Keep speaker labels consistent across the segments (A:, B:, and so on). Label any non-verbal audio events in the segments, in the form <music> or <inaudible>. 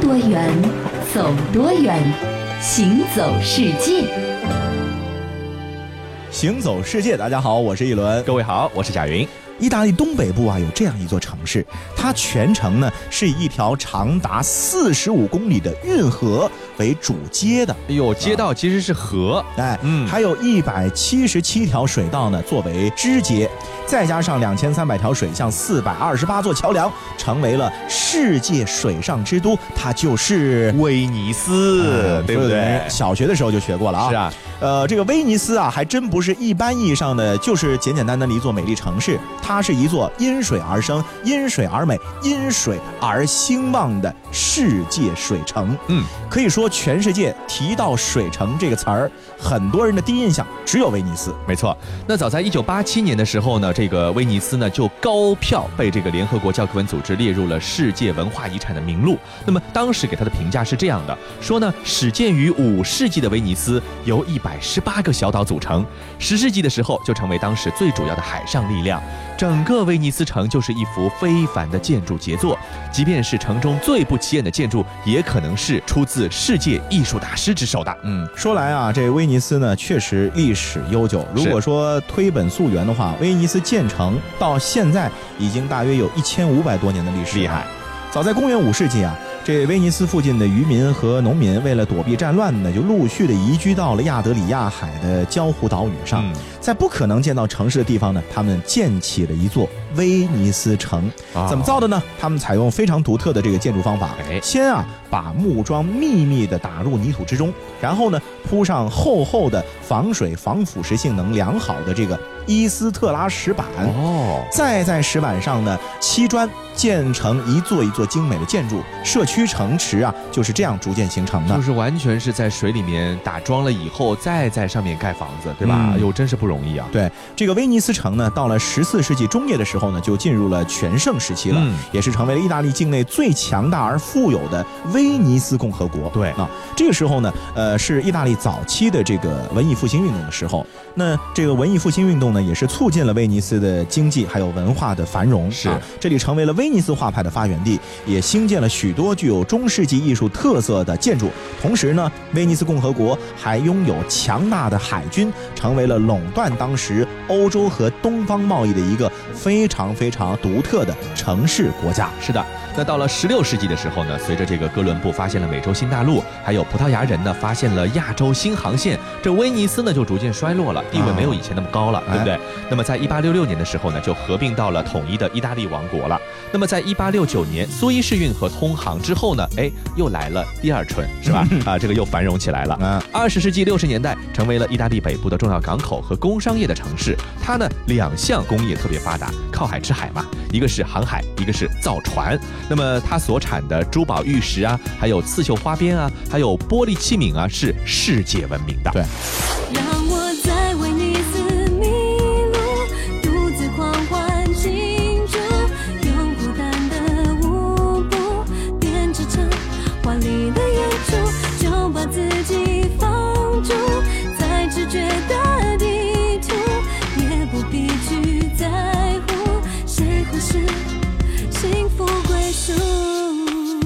A: 多远，走多远，行走世界。
B: 行走世界，大家好，我是一轮。
C: 各位好，我是贾云。
B: 意大利东北部啊，有这样一座城市，它全程呢是以一条长达四十五公里的运河为主接的，
C: 哎呦，街道其实是河，
B: 哎，
C: 嗯
B: 还有一百七十七条水道呢作为支接，再加上两千三百条水巷、四百二十八座桥梁，成为了世界水上之都。它就是。
C: 威尼斯，
B: 嗯
C: 对
B: 所
C: 不
B: 有的
C: 对
B: 人？小学的时候就学过了啊。
C: 是啊，
B: 呃，这个威尼斯啊，还真不是一般意义上的就是简简单单的一座美丽城市，它是一座因水而生、因水而美、因水而兴旺的世界水城。
C: 嗯，
B: 可以说全世界提到水城这个词儿，很多人的第一印象只有威尼斯。
C: 没错。那早在一九八七年的时候呢，这个威尼斯呢就高票被这个联合国教科文组织列入了世界文化遗产的名录。那么当时给它的评价是这样的，说呢，始建于五世纪的威尼斯由一百十八个小岛组成，十世纪的时候就成为当时最主要的海上力量。整个威尼斯城就是一幅非凡的建筑杰作，即便是城中最不起眼的建筑，也可能是出自世界艺术大师之手的。
B: 嗯，说来啊，这威尼斯呢，确实历史悠久。如果说推本溯源的话，威尼斯建成到现在已经大约有一千五百多年的历史，
C: 厉害。
B: 早在公元五世纪啊，这威尼斯附近的渔民和农民为了躲避战乱呢，就陆续的移居到了亚得里亚海的交湖岛屿上。
C: 嗯
B: 在不可能建造城市的地方呢，他们建起了一座威尼斯城。
C: 啊
B: 怎么造的呢？他们采用非常独特的这个建筑方法
C: 哎，
B: 先啊把木桩秘密地打入泥土之中，然后呢铺上厚厚的防水、防腐蚀性能良好的这个伊斯特拉石板。
C: 哦，
B: 再在石板上呢砌砖，建成一座一座精美的建筑。社区城池啊，就是这样逐渐形成的
C: 就。是完全是在水里面打桩了以后，再在上面盖房子，对吧？
B: 嗯
C: 哎呦，真是不容易啊！
B: 对，这个威尼斯城呢，到了十四世纪中叶的时候呢，就进入了全盛时期了，
C: 嗯
B: 也是成为了意大利境内最强大而富有的威尼斯共和国。
C: 对
B: 啊，这个时候呢，呃，是意大利早期的这个文艺复兴运动的时候。那这个文艺复兴运动呢，也是促进了威尼斯的经济还有文化的繁荣。
C: 是
B: 啊，这里成为了威尼斯画派的发源地，也兴建了许多具有中世纪艺术特色的建筑。同时呢，威尼斯共和国还拥有强大的海军，成为了垄断当时欧洲和东方贸易的一个非常非常独特的城市国家。
C: 是的，那到了十六世纪的时候呢，随着这个哥伦布发现了美洲新大陆，还有葡萄牙人呢发现了亚洲新航线，这威尼斯呢就逐渐衰落了，地位
B: 啊
C: 没有以前那么高了，对不对？那么在一八六六年的时候呢，就合并到了统一的意大利王国了。那么在一八六九年苏伊士运河通航之后呢，哎，又来了第二春，
B: <laughs>
C: 是吧？啊，这个又繁荣起来了。
B: 嗯、
C: 二十世纪六十年代成为了意大利北部的重要港口和工商业的城市。它呢两项工业特别发达，靠海吃海嘛，一个是航海，一个是造船。那么它所产的珠宝、玉石啊，还有刺绣花边啊，还有玻璃器皿啊，是世界闻名的。
B: 对
D: 让我在威尼斯迷路，独自狂欢庆祝，用孤单的舞步编织成华丽的演出，就把自己放逐在直觉的地图，也不必去在乎谁或是幸福归属。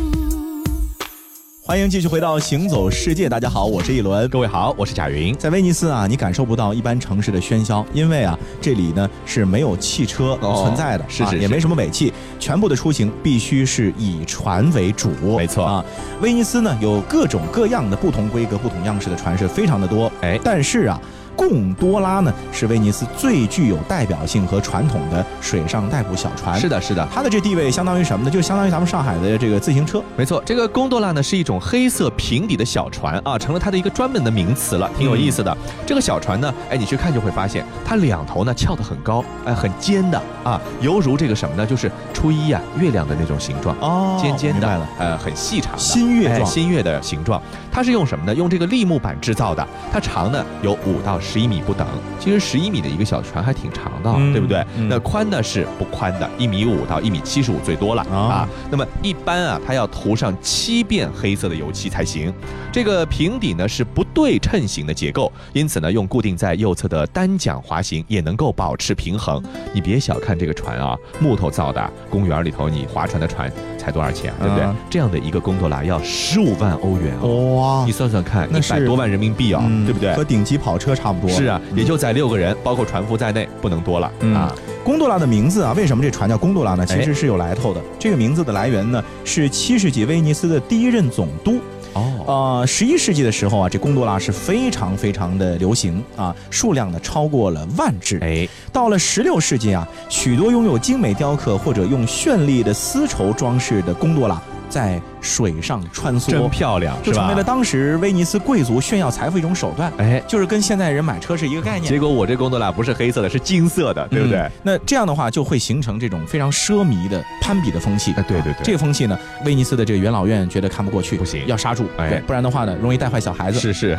B: 欢迎继续回到《行走世界》，大家好，我是一轮。
C: 各位好，我是贾云。
B: 在威尼斯啊，你感受不到一般城市的喧嚣，因为啊，这里呢是没有汽车
C: 哦
B: 存在的，
C: 是
B: 啊
C: 是
B: 也
C: 是
B: 没什么尾气，全部的出行必须是以船为主。
C: 没错
B: 啊，威尼斯呢有各种各样的不同规格、不同样式的船是非常的多。
C: 哎
B: 但是啊。贡多拉呢，是威尼斯最具有代表性和传统的水上代步小船。
C: 是，的，是的，
B: 它的这地位相当于什么呢？就相当于咱们上海的这个自行车。
C: 没错，这个贡多拉呢是一种黑色平底的小船啊，成了它的一个专门的名词了，挺有意思的。这个小船呢，哎，你去看就会发现，它两头呢翘得很高，哎，很尖的啊，犹如这个什么呢，就是初一呀、月亮的那种形状。啊
B: 哦
C: 尖尖
B: 明白了
C: 的，，呃，很细长的，
B: 新月
C: 哎
B: 状
C: 新月的形状，它是用什么呢？用这个栗木板制造的，它长呢有五到十一米不等。其实十一米的一个小船还挺长的啊，
B: 嗯
C: 对不对？
B: 嗯
C: 那宽呢是不宽的，一米五到一米七十五最多了、
B: 啊
C: 啊。那么一般啊，它要涂上七遍黑色的油漆才行。这个平底呢是不对称型的结构，因此呢，用固定在右侧的单桨滑行也能够保持平衡。你别小看这个船啊，木头造的，公园里头你划船的船才多少钱啊，对不对？
B: 啊
C: 这样的一个贡多拉要十五万欧元哦，
B: 哇
C: 你，算算看，
B: 那
C: 一
B: 是
C: 百多万人民币啊、
B: 嗯
C: 对不对？
B: 和顶级跑车差不多。
C: 是啊，
B: 嗯
C: 也就载六个人，包括船夫在内，不能多了、
B: 嗯
C: 啊。
B: 贡多拉的名字啊，为什么这船叫贡多拉呢？
C: 哎
B: 其实是有来头的。这个名字的来源呢，是七世纪威尼斯的第一任总督。
C: 哦，
B: 呃，十一世纪的时候啊，这贡多拉是非常非常的流行啊，数量呢超过了万只。
C: 哎，
B: 到了十六世纪啊，许多拥有精美雕刻或者用绚丽的丝绸装饰的贡多拉在水上穿
C: 真
B: 梭，
C: 漂亮，
B: 就是成
C: 吧
B: 为了？当时威尼斯贵族炫耀财富一种手段，
C: 哎，
B: 就是跟现在人买车是一个概念。
C: 结果我这贡多拉不是黑色的，是金色的，对不对？
B: 嗯那这样的话，就会形成这种非常奢靡的攀比的风气。
C: 啊对对对
B: 这个风气呢，威尼斯的这个元老院觉得看不过去，
C: 不行
B: 要刹住，
C: 哎
B: 对，不然的话呢，容易带坏小孩子。
C: 是是，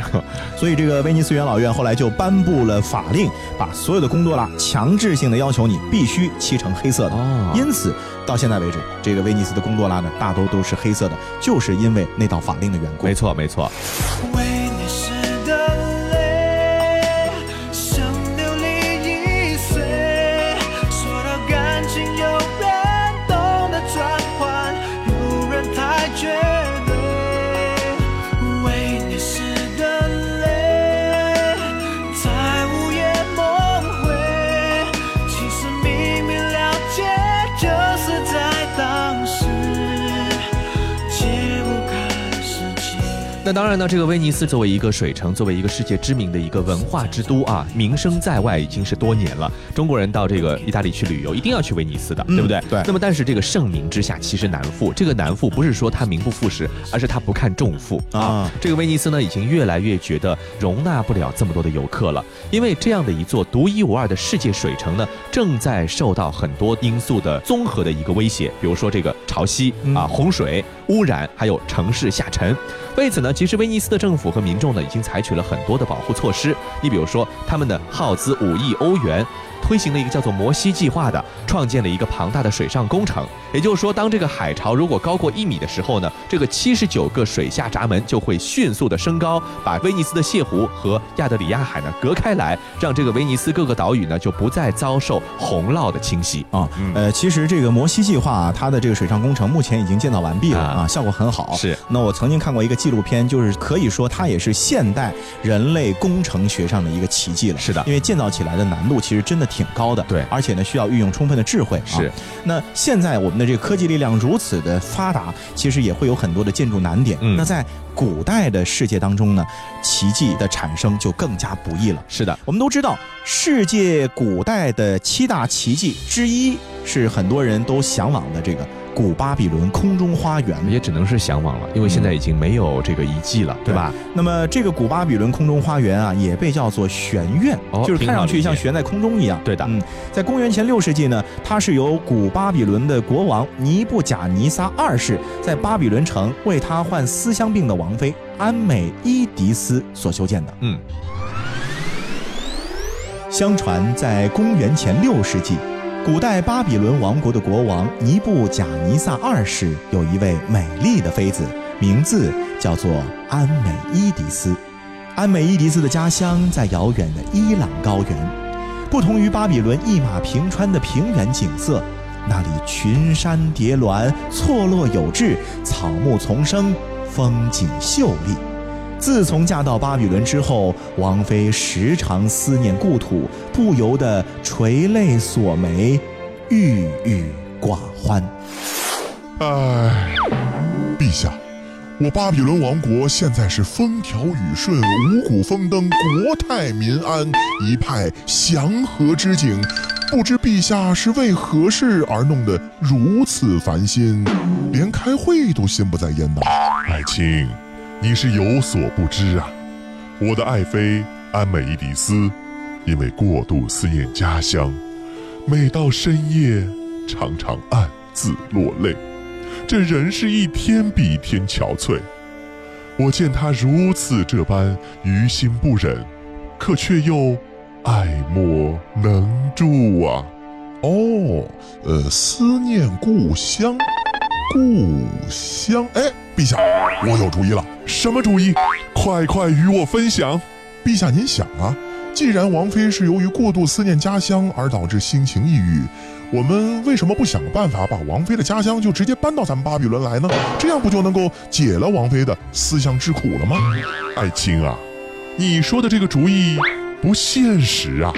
B: 所以这个威尼斯元老院后来就颁布了法令，把所有的贡多拉强制性的要求你必须漆成黑色的。
C: 哦
B: 因此，到现在为止，这个威尼斯的贡多拉呢，大多都是黑色的，就是因为那道法令的缘故
C: <laughs> 没。错没错。
E: 为你湿的泪，像琉璃易碎。说到感情，有人懂得转换，有人太绝对。为你湿的泪，才午夜梦回。其实明明了解，就是在当时解不开世界。
C: 那当然呢，这个威尼斯作为一个水城，作为一个世界知名的一个文化之都啊，名声在外已经是多年了。中国人到这个意大利去旅游，一定要去威尼斯的，
B: 嗯
C: 对不对？
B: 对
C: 那么，但是这个盛名之下，其实难副。这个难副不是说他名不副实，而是他不看重负
B: 啊
C: 这个威尼斯呢，已经越来越觉得容纳不了这么多的游客了，因为这样的一座独一无二的世界水城呢，正在受到很多因素的综合的一个威胁，比如说这个潮汐
B: 嗯
C: 啊、洪水、污染，还有城市下沉。为此呢，其实威尼斯的政府和民众呢，已经采取了很多的保护措施。你比如说，他们呢耗资五亿欧元，推行了一个叫做摩西计划的，创建了一个庞大的水上工程。也就是说，当这个海潮如果高过一米的时候呢，这个七十九个水下闸门就会迅速的升高，把威尼斯的泻湖和亚得里亚海呢隔开来，让这个威尼斯各个岛屿呢就不再遭受洪涝的侵袭。
B: 啊，
C: 嗯
B: 呃，其实这个摩西计划啊，它的这个水上工程目前已经建造完毕了
C: 啊
B: 啊，效果很好。
C: 是
B: 那我曾经看过一个纪录片，就是可以说它也是现代人类工程学上的一个奇迹了。
C: 是的
B: 因为建造起来的难度其实真的挺高的。
C: 对
B: 而且呢，需要运用充分的智慧。
C: 是
B: 啊，那现在我们的这个科技力量如此的发达，其实也会有很多的建筑难点。
C: 嗯
B: 那在古代的世界当中呢，奇迹的产生就更加不易了。
C: 是的，
B: 我们都知道，世界古代的七大奇迹之一是很多人都向往的这个古巴比伦空中花园。
C: 也只能是向往了，因为现在已经没有这个遗迹了，对吧？
B: 那么这个古巴比伦空中花园啊，也被叫做悬苑，
C: 哦
B: 就是看上去像悬在空中一样。
C: 对的
B: 嗯，在公元前六世纪呢，它是由古巴比伦的国王尼布贾尼撒二世在巴比伦城为他患思乡病的王妃安美伊迪斯所修建的。
C: 嗯。
B: 相传在公元前六世纪，古代巴比伦王国的国王尼布贾尼撒二世有一位美丽的妃子，名字叫做安美伊迪斯。安美伊迪斯的家乡在遥远的伊朗高原，不同于巴比伦一马平川的平原景色，那里群山叠峦，错落有致，草木丛生，风景秀丽。自从嫁到巴比伦之后，王妃时常思念故土，不由得垂泪锁眉，郁郁寡欢。
F: 唉，陛下，我巴比伦王国现在是风调雨顺、五谷丰登、国泰民安，一派祥和之景。不知陛下是为何事而弄得如此烦心，连开会都心不在焉呐！爱卿，你是有所不知啊，我的爱妃安美伊迪斯，因为过度思念家乡，每到深夜常常暗自落泪。这人是一天比一天憔悴。我见他如此这般，于心不忍，可却又爱莫能助啊。哦，呃，思念故乡，故乡。哎，陛下，我有主意了，什么主意？快快与我分享。陛下，您想啊，既然王妃是由于过度思念家乡而导致心情抑郁，我们为什么不想个办法把王妃的家乡就直接搬到咱们巴比伦来呢？这样不就能够解了王妃的思乡之苦了吗？爱卿啊，你说的这个主意不现实啊！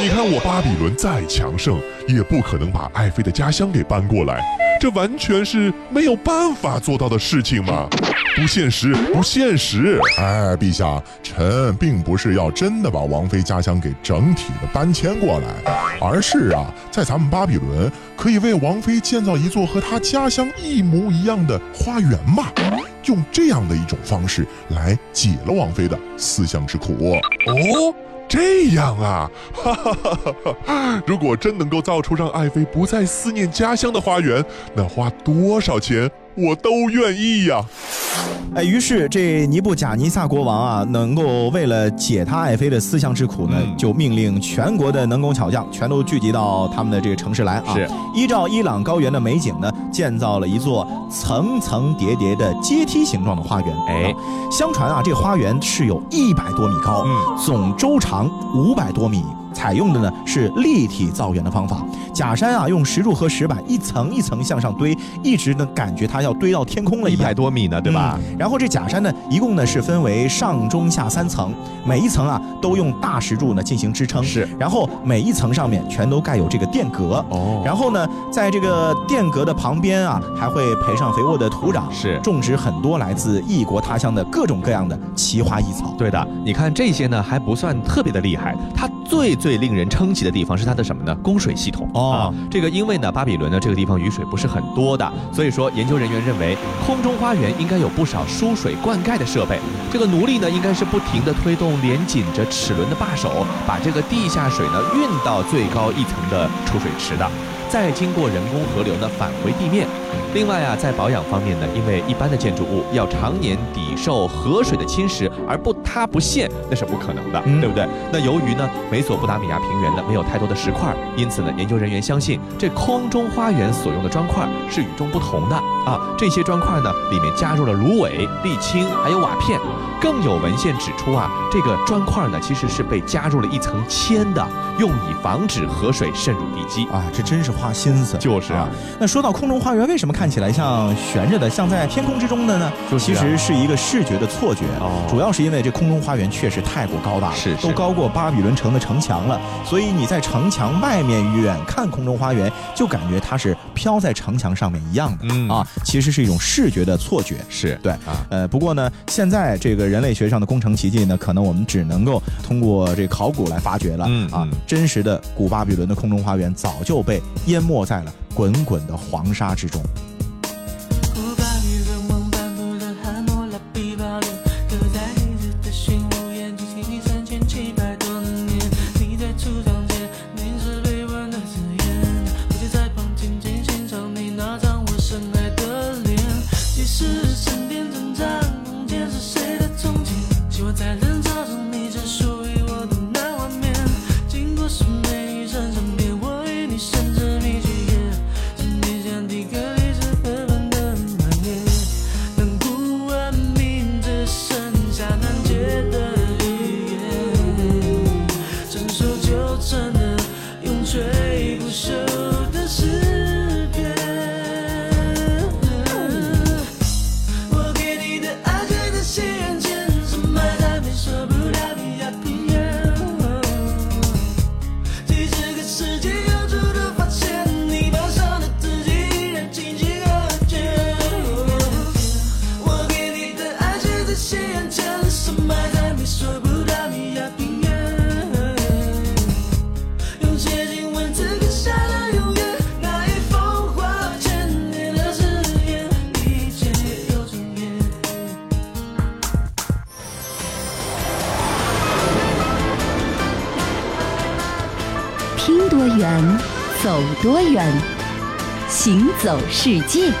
F: 你看我巴比伦再强盛，也不可能把爱妃的家乡给搬过来，这完全是没有办法做到的事情嘛。不现实，不现实！哎，陛下，臣并不是要真的把王妃家乡给整体的搬迁过来，而是啊，在咱们巴比伦可以为王妃建造一座和她家乡一模一样的花园嘛，用这样的一种方式来解了王妃的思乡之苦。哦。这样啊， <laughs> 哈哈哈哈哈！如果真能够造出让爱妃不再思念家乡的花园，那花多少钱我都愿意呀、
B: 哎，于是这尼布贾尼撒国王啊，能够为了解他爱妃的思乡之苦呢，
C: 嗯
B: 就命令全国的能工巧匠全都聚集到他们的这个城市来啊。
C: 是，
B: 依照伊朗高原的美景呢，建造了一座层层叠叠的阶梯形状的花园。
C: 哎
B: 啊，相传啊，这花园是有一百多米高，
C: 嗯
B: 总周长五百多米。采用的呢是立体造园的方法，假山啊用石柱和石板一层一层向上堆，一直呢感觉它要堆到天空了
C: 一
B: 样
C: 百多米呢，对吧？
B: 嗯然后这假山呢，一共呢是分为上中下三层，每一层啊都用大石柱呢进行支撑，
C: 是
B: 然后每一层上面全都盖有这个殿阁。
C: 哦
B: 然后呢，在这个殿阁的旁边啊，还会培上肥沃的土壤，
C: 是
B: 种植很多来自异国他乡的各种各样的奇花异草。
C: 对的，你看这些呢还不算特别的厉害，它最最令人称奇的地方是它的什么呢？供水系统
B: 哦
C: 啊，这个因为呢巴比伦呢这个地方雨水不是很多的，所以说研究人员认为空中花园应该有不少输水灌溉的设备。这个奴隶呢应该是不停地推动连紧着齿轮的把手，把这个地下水呢运到最高一层的储水池的。再经过人工河流呢返回地面。另外啊，在保养方面呢，因为一般的建筑物要常年抵受河水的侵蚀而不塌不陷，那是不可能的，
B: 嗯
C: 对不对？那由于呢，美索不达米亚平原呢没有太多的石块，因此呢，研究人员相信这空中花园所用的砖块是与众不同的啊。这些砖块呢，里面加入了芦苇、沥青还有瓦片。更有文献指出啊，这个砖块呢其实是被加入了一层铅的，用以防止河水渗入地基。
B: 啊，这真是花心思。
C: 就是啊
B: 那说到空中花园，为什么看起来像悬着的，像在天空之中的呢？
C: 就是
B: 其
C: 啊
B: 实是一个视觉的错觉，
C: 哦
B: 主要是因为这空中花园确实太过高大了，
C: 是是
B: 都高过巴比伦城的城墙了，所以你在城墙外面远看空中花园，就感觉它是飘在城墙上面一样的、
C: 嗯
B: 啊，其实是一种视觉的错觉。
C: 是
B: 对
C: 啊，
B: 呃，不过呢，现在这个人类学上的工程奇迹呢，可能我们只能够通过这考古来发掘了。
C: 嗯
B: 啊
C: 嗯，
B: 真实的古巴比伦的空中花园早就被淹没在了滚滚的黄沙之中。
E: 古巴比伦梦般不的汉谟拉比巴伦，刻在历史的玄武岩，距今三千七百多年。你在出场前，凝视被吻的字眼，我就在旁静静欣赏你那张我深爱的脸。即使闪电征战，见是谁的憧憬？希望在人潮中，你只属于我的那画面。经过是美女身身边，我与你甚至密切。是你想的歌一直纷纷的蔓延，能不文明只剩下难解的语言，承受就成了永垂不朽的诗篇。我给你的爱最的信任键，是埋在美索不达米亚平原。对这个世界有处的发现，你悲伤的自己依然清晰可见。我给你的爱写在夕阳前，深埋在美索不达米亚平原，用写进文字刻下了永远，那一封划千年的誓言，一切又重演。
A: 听多远，走多远，行走世界。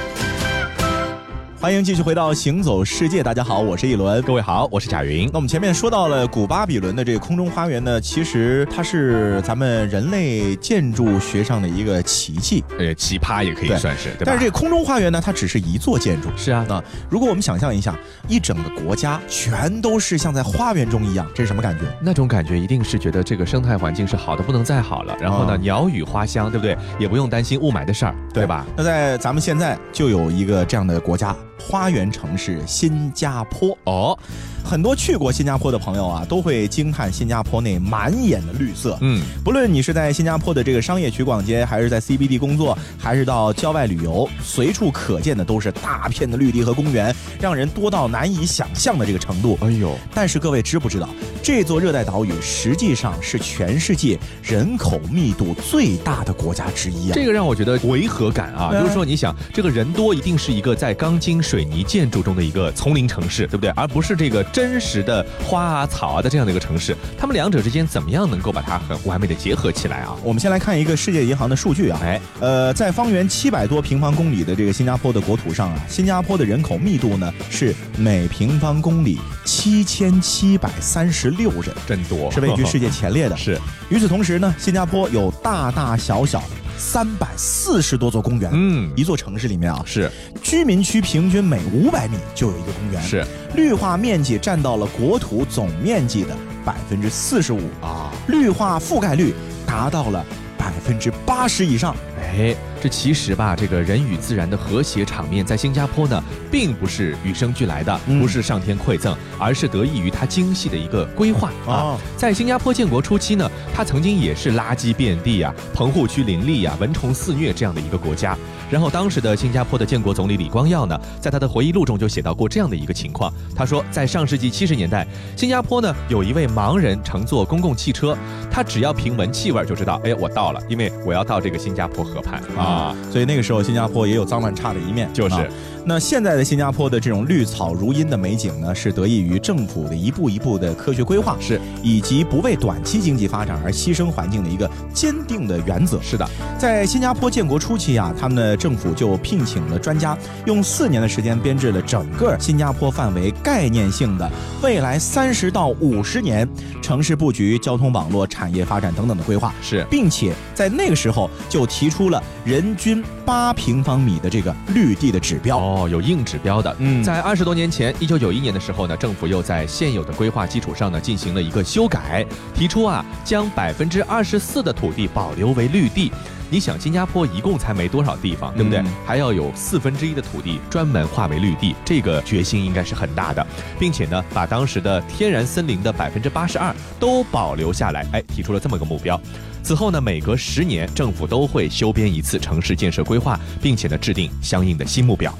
B: 欢迎继续回到《行走世界》，大家好，我是一轮。
C: 各位好，我是贾云
B: 那。我们前面说到了古巴比伦的这个空中花园呢，其实它是咱们人类建筑学上的一个奇迹。
C: 呃，奇葩也可以
B: 对
C: 算是，对吧？
B: 但是这个空中花园呢，它只是一座建筑。
C: 是啊，
B: 那如果我们想象一下，一整个国家全都是像在花园中一样，这是什么感觉？
C: 那种感觉一定是觉得这个生态环境是好的不能再好了，然后呢，
B: 啊
C: 鸟语花香，对不对？也不用担心雾霾的事儿，对吧？？
B: 那在咱们现在就有一个这样的国家——花园城市新加坡。
C: 哦，
B: 很多去过新加坡的朋友啊，都会惊叹新加坡那满眼的绿色。
C: 嗯，
B: 不论你是在新加坡的这个商业区逛街，还是在 CBD 工作，还是到郊外旅游，随处可见的都是大片的绿地和公园，让人多到难以想象的这个程度。
C: 哎呦，
B: 但是各位知不知道，这座热带岛屿实际上是全世界人口密度最大的国家之一啊！
C: 这个让我觉得违和感啊，
B: 嗯
C: 就是说，你想，这个人多一定是一个在钢筋水泥建筑中的一个丛林城市，对不对？而不是这个真实的花啊草啊的这样的一个城市，他们两者之间怎么样能够把它很完美的结合起来啊？
B: 我们先来看一个世界银行的数据啊，
C: 哎，
B: 呃，在方圆七百多平方公里的这个新加坡的国土上啊，新加坡的人口密度呢是每平方公里七千七百三十六人，
C: 真 <laughs> 多，
B: 是位居世界前列的。
C: 是，
B: 与此同时呢，新加坡有大大小小三百四十多座公园。
C: 嗯，
B: 一座城市里面啊，
C: 是
B: 居民区平均每五百米就有一个公园，
C: 是
B: 绿化面积占到了国土总面积的百分之四十五，
C: 啊，
B: 绿化覆盖率达到了百分之八十以上。
C: 哎，这其实吧，这个人与自然的和谐场面，在新加坡呢，并不是与生俱来的，
B: 嗯
C: 不是上天馈赠，而是得益于它精细的一个规划啊。
B: 哦
C: 在新加坡建国初期呢，它曾经也是垃圾遍地啊、棚户区林立啊、蚊虫肆虐这样的一个国家。然后，当时的新加坡的建国总理李光耀呢，在他的回忆录中就写到过这样的一个情况。他说，在上世纪七十年代，新加坡呢有一位盲人乘坐公共汽车，他只要凭闻气味儿就知道，哎，我到了，因为我要到这个新加坡河畔啊。
B: 所以那个时候新加坡也有脏乱差的一面，
C: 就是
B: 啊那现在的新加坡的这种绿草如茵的美景呢，是得益于政府的一步一步的科学规划，
C: 是
B: 以及不为短期经济发展而牺牲环境的一个坚定的原则。
C: 是的，
B: 在新加坡建国初期啊，他们的政府就聘请了专家，用四年的时间编制了整个新加坡范围概念性的未来三十到五十年城市布局、交通网络、产业发展等等的规划。
C: 是
B: 并且在那个时候就提出了人均八平方米的这个绿地的指标。
C: 哦，有硬指标的。
B: 嗯
C: 在二十多年前，一九九一年的时候呢，政府又在现有的规划基础上呢进行了一个修改，提出啊，将百分之二十四的土地保留为绿地。你想，新加坡一共才没多少地方，对不对？
B: 嗯
C: 还要有四分之一的土地专门划为绿地，这个决心应该是很大的，并且呢，把当时的天然森林的百分之八十二都保留下来，哎，提出了这么个目标。此后呢，每隔十年，政府都会修编一次城市建设规划，并且呢，制定相应的新目标。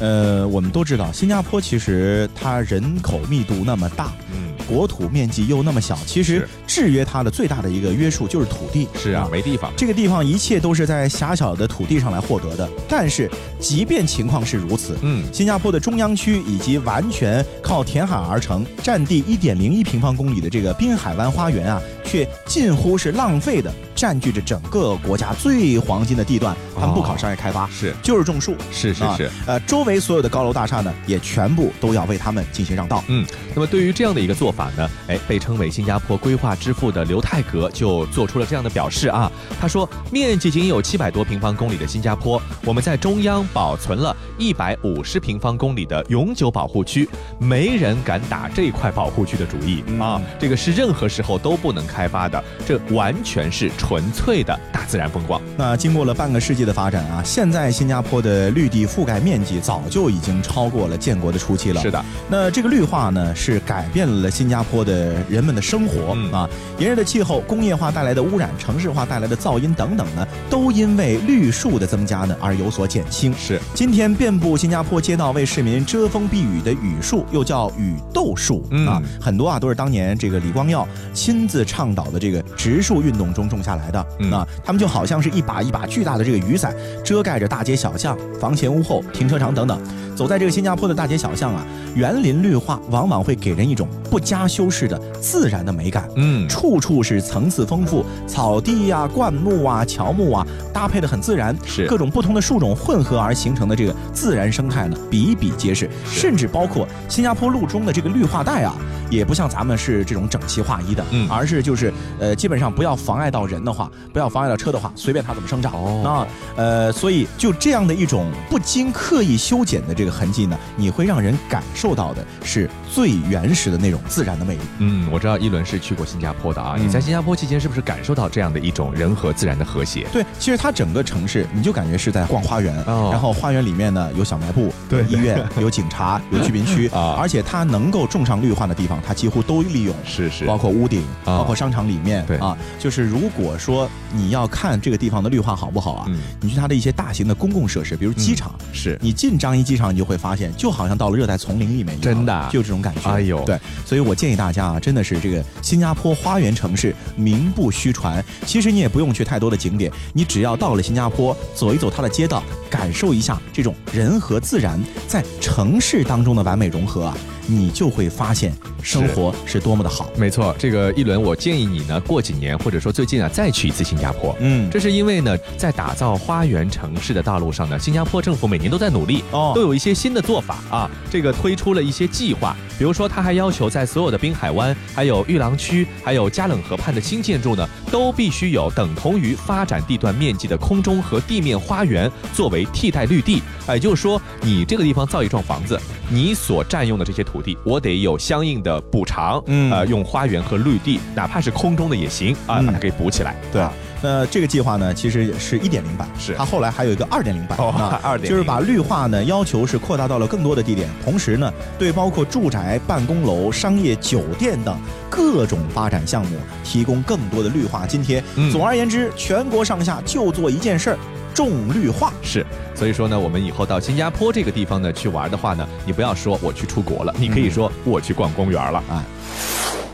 B: 呃，我们都知道，新加坡其实它人口密度那么大，
C: 嗯，
B: 国土面积又那么小，其实
C: 是
B: 制约它的最大的一个约束就是土地。
C: 是啊，没地方。
B: 这个地方一切都是在狭小的土地上来获得的。但是，即便情况是如此，
C: 嗯，
B: 新加坡的中央区以及完全靠填海而成、占地一点零一平方公里的这个滨海湾花园啊，却近乎是浪费的占据着整个国家最黄金的地段。他们不考商业开发，
C: 是
B: 就是种树。
C: 是哦是
B: 啊
C: 是。
B: 呃，周围所有的高楼大厦呢，也全部都要为他们进行让道。
C: 那么对于这样的一个做法呢，哎，被称为新加坡规划之父的刘泰格就做出了这样的表示啊，他说，面积仅有七百多平方公里的新加坡，我们在中央保存了一百五十平方公里的永久保护区，没人敢打这块保护区的主意啊
B: 嗯，
C: 这个是任何时候都不能开发的，这完全是纯粹的大自然风光。
B: 那经过了半个世纪的发展啊，现在新加坡的绿地覆盖面积早就已经超过了建国的初期了。
C: 是的，
B: 那这个绿化呢，是改变了新加坡的人们的生活、
C: 嗯
B: 啊。炎热的气候、工业化带来的污染、城市化带来的噪音等等呢，都因为绿树的增加呢而有所减轻。
C: 是
B: 今天遍布新加坡街道为市民遮风避雨的雨树，又叫雨豆树、
C: 嗯
B: 啊，很多啊都是当年这个李光耀亲自倡导的这个植树运动中种下来的。
C: 嗯
B: 那他们就好像是一把一把巨大的这个雨伞，遮盖着大街小巷、房前屋后、停车场等等。走在这个新加坡的大街小巷啊，园林绿化往往会给人一种不加修饰的自然的美感。
C: 嗯
B: 处处是层次丰富，草地呀、灌木啊、乔木啊，搭配的很自然，
C: 是
B: 各种不同的树种混合而形成的这个自然生态呢，比比皆是，
C: 是
B: 甚至包括新加坡路中的这个绿化带啊，也不像咱们是这种整齐划一的，
C: 嗯
B: 而是就是呃，基本上不要妨碍到人的话，不要妨碍到车的话，随便它怎么生长。
C: 哦
B: 那呃，所以就这样的一种不经刻意修剪的这个痕迹呢，你会让人感受到的是最原始的那种自然的魅力。
C: 嗯，我知道一轮是去过新加坡的啊，
B: 嗯
C: 你在新加坡期间是不是感受到这样的一种人和自然的和谐？
B: 对，其实它整个城市，你就感觉是在逛花园，
C: 哦
B: 然后花园里面呢有小卖部、
C: 对
B: 有医
C: <laughs>
B: 院、有警察、有居民区，
C: 啊
B: 而且它能够种上绿化的地方，它几乎都利用。
C: 是是
B: 包括屋顶，
C: 啊
B: 包括商场里面，
C: 对
B: 啊，就是如果说你要看这个地方的绿化好不好啊，
C: 嗯
B: 你去它的一些大型的公共设施，比如机场，
C: 是
B: 你进张掖机场，你就会发现，就好像到了热带丛林里面一样，
C: 真的啊
B: 就有这种感觉。
C: 哎呦
B: 对，所以我建议大家啊，真的是这个新加坡花园城市名不虚传。其实你也不用去太多的景点，你只要到了新加坡，走一走它的街道，感受一下这种人和自然在城市当中的完美融合啊，你就会发现生活是多么的好。
C: 没错，这个一轮我建议你呢，过几年或者说最近啊，再去一次新加坡。
B: 嗯，
C: 这是因为呢，在打造花园城市的道路上呢，新加坡政府每年都在努力，
B: 哦
C: 都有一些新的做法啊。这个推出了一些计划，比如说，他还要求在所有的滨海湾、还有玉廊区、还有嘉冷河畔的新建筑呢，都必须有等同于发展地段面积的空中和地面花园作为替代绿地。哎，也就是说，你这个地方造一幢房子，你所占用的这些土地，我得有相应的补偿，
B: 嗯
C: 呃，用花园和绿地，哪怕是空中的也行啊，
B: 嗯
C: 把它给补起来。
B: 对，啊那这个计划呢，其实是一点零版，
C: 是
B: 它后来还有一个二点零版，
C: 哦
B: 啊
C: 2.0
B: 就是把绿化呢要求是扩大到了更多的地点，同时呢，对包括住宅、办公楼、商业、酒店等各种发展项目提供更多的绿化津贴。
C: 嗯
B: 总而言之，全国上下就做一件事儿，重绿化。
C: 是，所以说呢，我们以后到新加坡这个地方呢去玩的话呢，你不要说我去出国了，你可以说我去逛公园了。
B: 嗯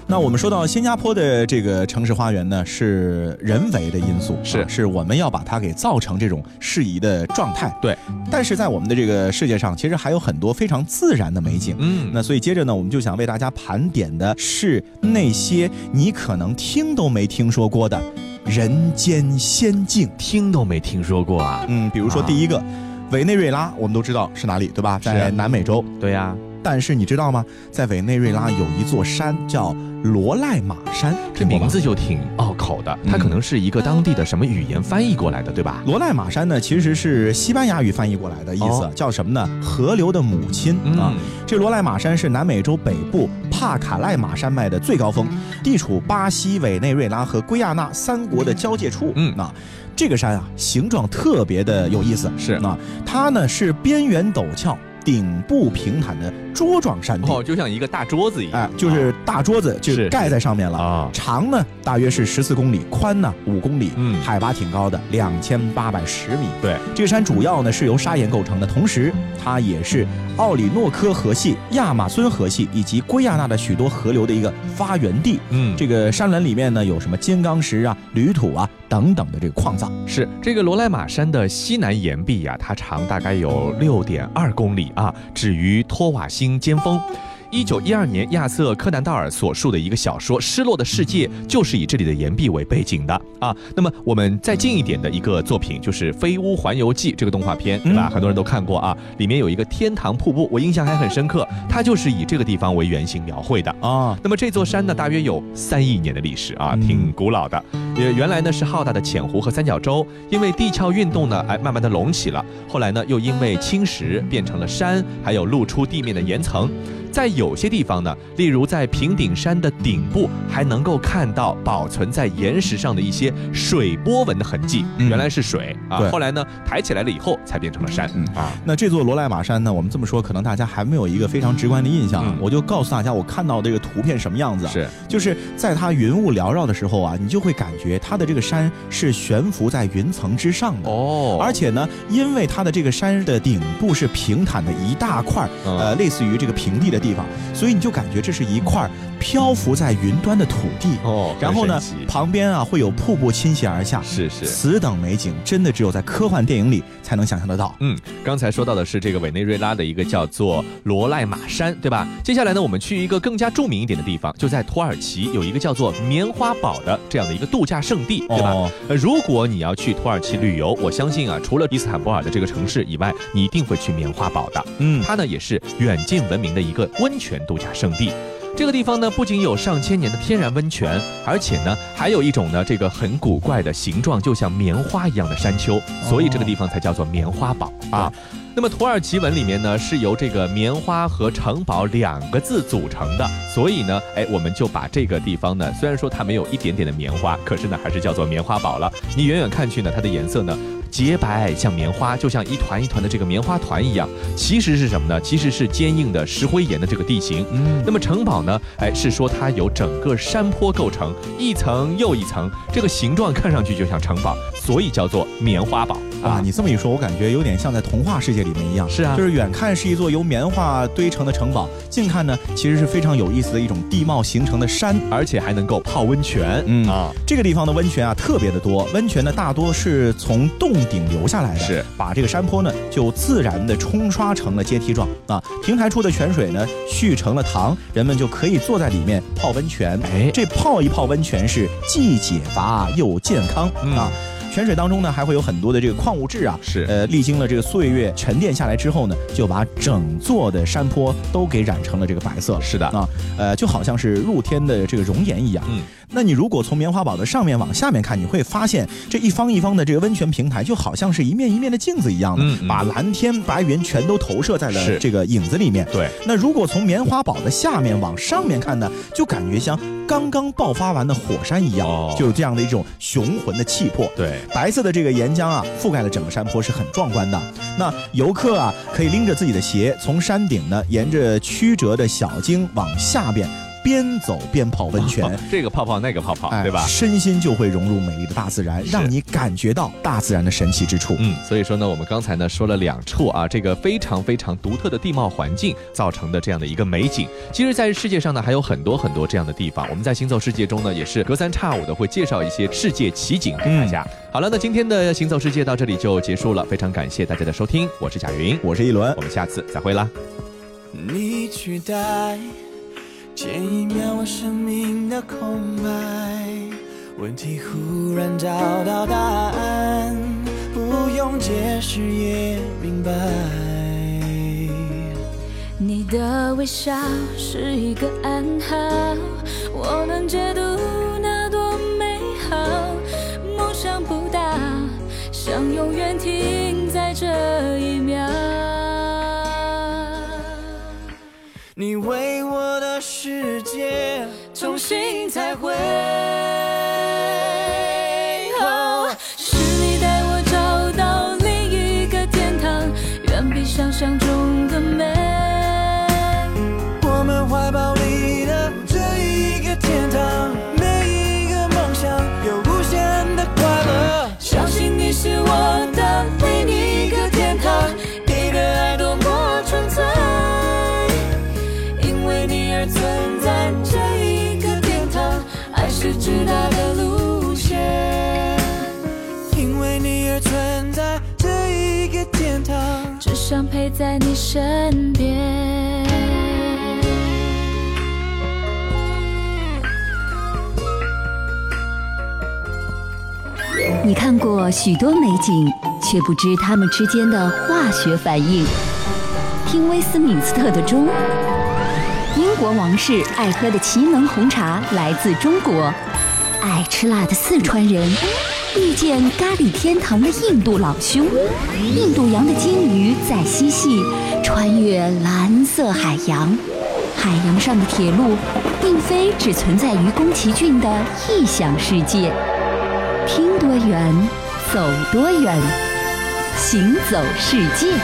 B: 那我们说到新加坡的这个城市花园呢，是人为的因素，
C: 是
B: 啊是我们要把它给造成这种适宜的状态。
C: 对，
B: 但是在我们的这个世界上，其实还有很多非常自然的美景。
C: 嗯，
B: 那所以接着呢，我们就想为大家盘点的是那些你可能听都没听说过的人间仙境。
C: 听都没听说过啊。
B: 嗯，比如说
C: 啊
B: 第一个，委内瑞拉，我们都知道是哪里，对吧？在南美洲。
C: 对呀、
B: 但是你知道吗？在委内瑞拉有一座山叫罗赖马山，
C: 这
B: 听过吗
C: 名字就挺拗口的，它
B: 嗯
C: 可能是一个当地的什么语言翻译过来的，对吧？
B: 罗赖马山呢，其实是西班牙语翻译过来的意思，
C: 哦
B: 叫什么呢？河流的母亲、啊。
C: 嗯
B: 这罗赖马山是南美洲北部帕卡赖马山脉的最高峰，地处巴西、委内瑞拉和圭亚那三国的交界处。
C: 嗯
B: 那这个山啊，形状特别的有意思。
C: 是
B: 那它呢是边缘陡峭、顶部平坦的桌状山地。
C: 哦，就像一个大桌子一样，
B: 哎，就是大桌子就是盖在上面了
C: 啊
B: 长呢大约是十四公里，宽呢五公里，
C: 嗯
B: 海拔挺高的，两千八百十米。
C: 对，
B: 这个山主要呢是由砂岩构成的，同时它也是奥里诺科河系、亚马孙河系以及圭亚那的许多河流的一个发源地。
C: 嗯，
B: 这个山峦里面呢有什么金刚石啊、铝土啊等等的这个矿藏。
C: 是这个罗莱马山的西南岩壁呀、它长大概有六点二公里啊，止于托瓦辛尖峰。一九一二年，亚瑟·柯南道尔所述的一个小说《失落的世界》，就是以这里的岩壁为背景的啊。那么我们再近一点的一个作品，就是《飞屋环游记》这个动画片，对吧？
B: 嗯
C: 很多人都看过啊。里面有一个天堂瀑布，我印象还很深刻，它就是以这个地方为原型描绘的。
B: 啊，
C: 那么这座山呢，大约有三亿年的历史啊，
B: 嗯
C: 挺古老的。也原来呢是浩大的浅湖和三角洲，因为地壳运动呢，哎，慢慢的隆起了。后来呢，又因为侵蚀变成了山，还有露出地面的岩层。在有些地方呢，例如在平顶山的顶部，还能够看到保存在岩石上的一些水波纹的痕迹。
B: 嗯
C: 原来是水啊
B: 对，
C: 后来呢抬起来了以后，才变成了山、
B: 嗯
C: 啊。
B: 那这座罗赖马山呢，我们这么说，可能大家还没有一个非常直观的印象啊。
C: 嗯
B: 我就告诉大家，我看到这个图片什么样子啊。
C: 是，
B: 就是在它云雾缭绕的时候啊，你就会感觉它的这个山是悬浮在云层之上的。
C: 哦，
B: 而且呢，因为它的这个山的顶部是平坦的一大块儿，
C: 嗯
B: 呃，类似于这个平地的地方，所以你就感觉这是一块儿漂浮在云端的土地。
C: 哦，
B: 然后呢
C: 很神奇，
B: 旁边啊会有瀑布倾泻而下，
C: 是是。
B: 此等美景真的只有在科幻电影里才能想象得到。
C: 嗯，刚才说到的是这个委内瑞拉的一个叫做罗赖马山，对吧？接下来呢，我们去一个更加著名一点的地方，就在土耳其有一个叫做棉花堡的这样的一个度假胜地，对吧？
B: 哦
C: 呃，如果你要去土耳其旅游，我相信啊，除了伊斯坦布尔的这个城市以外，你一定会去棉花堡的。
B: 嗯
C: 它呢也是远近闻名的一个温泉度假胜地。这个地方呢，不仅有上千年的天然温泉，而且呢，还有一种呢，这个很古怪的形状，就像棉花一样的山丘，所以这个地方才叫做棉花堡啊。那么土耳其文里面呢，是由这个棉花和城堡两个字组成的，所以呢，哎，我们就把这个地方呢，虽然说它没有一点点的棉花，可是呢，还是叫做棉花堡了。你远远看去呢，它的颜色呢。洁白像棉花，就像一团一团的这个棉花团一样，其实是什么呢？其实是坚硬的石灰岩的这个地形。
B: 嗯
C: 那么城堡呢？哎，是说它由整个山坡构成，一层又一层，这个形状看上去就像城堡，所以叫做棉花堡
B: 啊，你这么一说，我感觉有点像在童话世界里面一样。
C: 是啊
B: 就是远看是一座由棉花堆成的城堡，近看呢其实是非常有意思的一种地貌形成的山。
C: 而且还能够泡温泉。
B: 嗯
C: 啊，
B: 这个地方的温泉啊特别的多，温泉呢大多是从洞顶流下来的，
C: 是
B: 把这个山坡呢就自然的冲刷成了阶梯状啊，平台处的泉水呢蓄成了塘，人们就可以坐在里面泡温泉。
C: 哎
B: 这泡一泡温泉是既解乏又健康、
C: 嗯
B: 啊。泉水当中呢还会有很多的这个矿物质啊，
C: 是
B: 呃，历经了这个岁月沉淀下来之后呢，就把整座的山坡都给染成了这个白色。
C: 是的
B: 啊，呃，就好像是露天的这个熔岩一样。
C: 嗯，
B: 那你如果从棉花堡的上面往下面看，你会发现这一方一方的这个温泉平台，就好像是一面一面的镜子一样的，
C: 嗯嗯
B: 把蓝天白云全都投射在了
C: 是
B: 这个影子里面。
C: 对，
B: 那如果从棉花堡的下面往上面看呢，就感觉像刚刚爆发完的火山一样，
C: 哦
B: 就有这样的一种雄浑的气魄。
C: 对，
B: 白色的这个岩浆啊，覆盖了整个山坡，是很壮观的。那游客啊，可以拎着自己的鞋，从山顶呢，沿着曲折的小径往下边，边走边泡温泉。
C: 哦这个泡泡那个泡泡，
B: 哎
C: 对吧？
B: 身心就会融入美丽的大自然，
C: 是
B: 让你感觉到大自然的神奇之处。
C: 嗯，所以说呢，我们刚才呢说了两处啊，这个非常非常独特的地貌环境造成的这样的一个美景。其实，在世界上呢还有很多很多这样的地方，我们在行走世界中呢也是隔三差五的会介绍一些世界奇景给大家。
B: 嗯
C: 好了，那今天的行走世界到这里就结束了，非常感谢大家的收听，我是贾云，
B: 我是一轮
C: 我，们下次再会啦。
E: 你取代前一秒我生命的空白，问题忽然找到答案，不用解释也明白。
D: 你的微笑是一个暗号，我能解读那多美好。梦想不大，想永远停在这一秒。
E: 你为我的世界
D: 重
E: 重
D: 新
E: 新
D: 再
E: 彩绘。。
D: 会哦是你带我找到另一个天堂，远比想象中的美。
E: 我们怀抱你的这一个天堂，每一个梦想有无限的快乐。
D: 相信你是我的另一个天堂，你的爱多么纯粹，因为你而存在这一个天堂，爱是巨大的路线。
E: 因为你而存在这一个天堂。
D: 只想陪在你身边。
A: 你看过许多美景，却不知它们之间的化学反应。听威斯敏斯特的钟，英国王室爱喝的奇能红茶来自中国，爱吃辣的四川人遇见咖喱天堂的印度老兄，印度洋的鲸鱼在嬉戏，穿越蓝色海洋。海洋上的铁路，并非只存在于宫崎骏的异想世界。听多远，走多远，行走世界。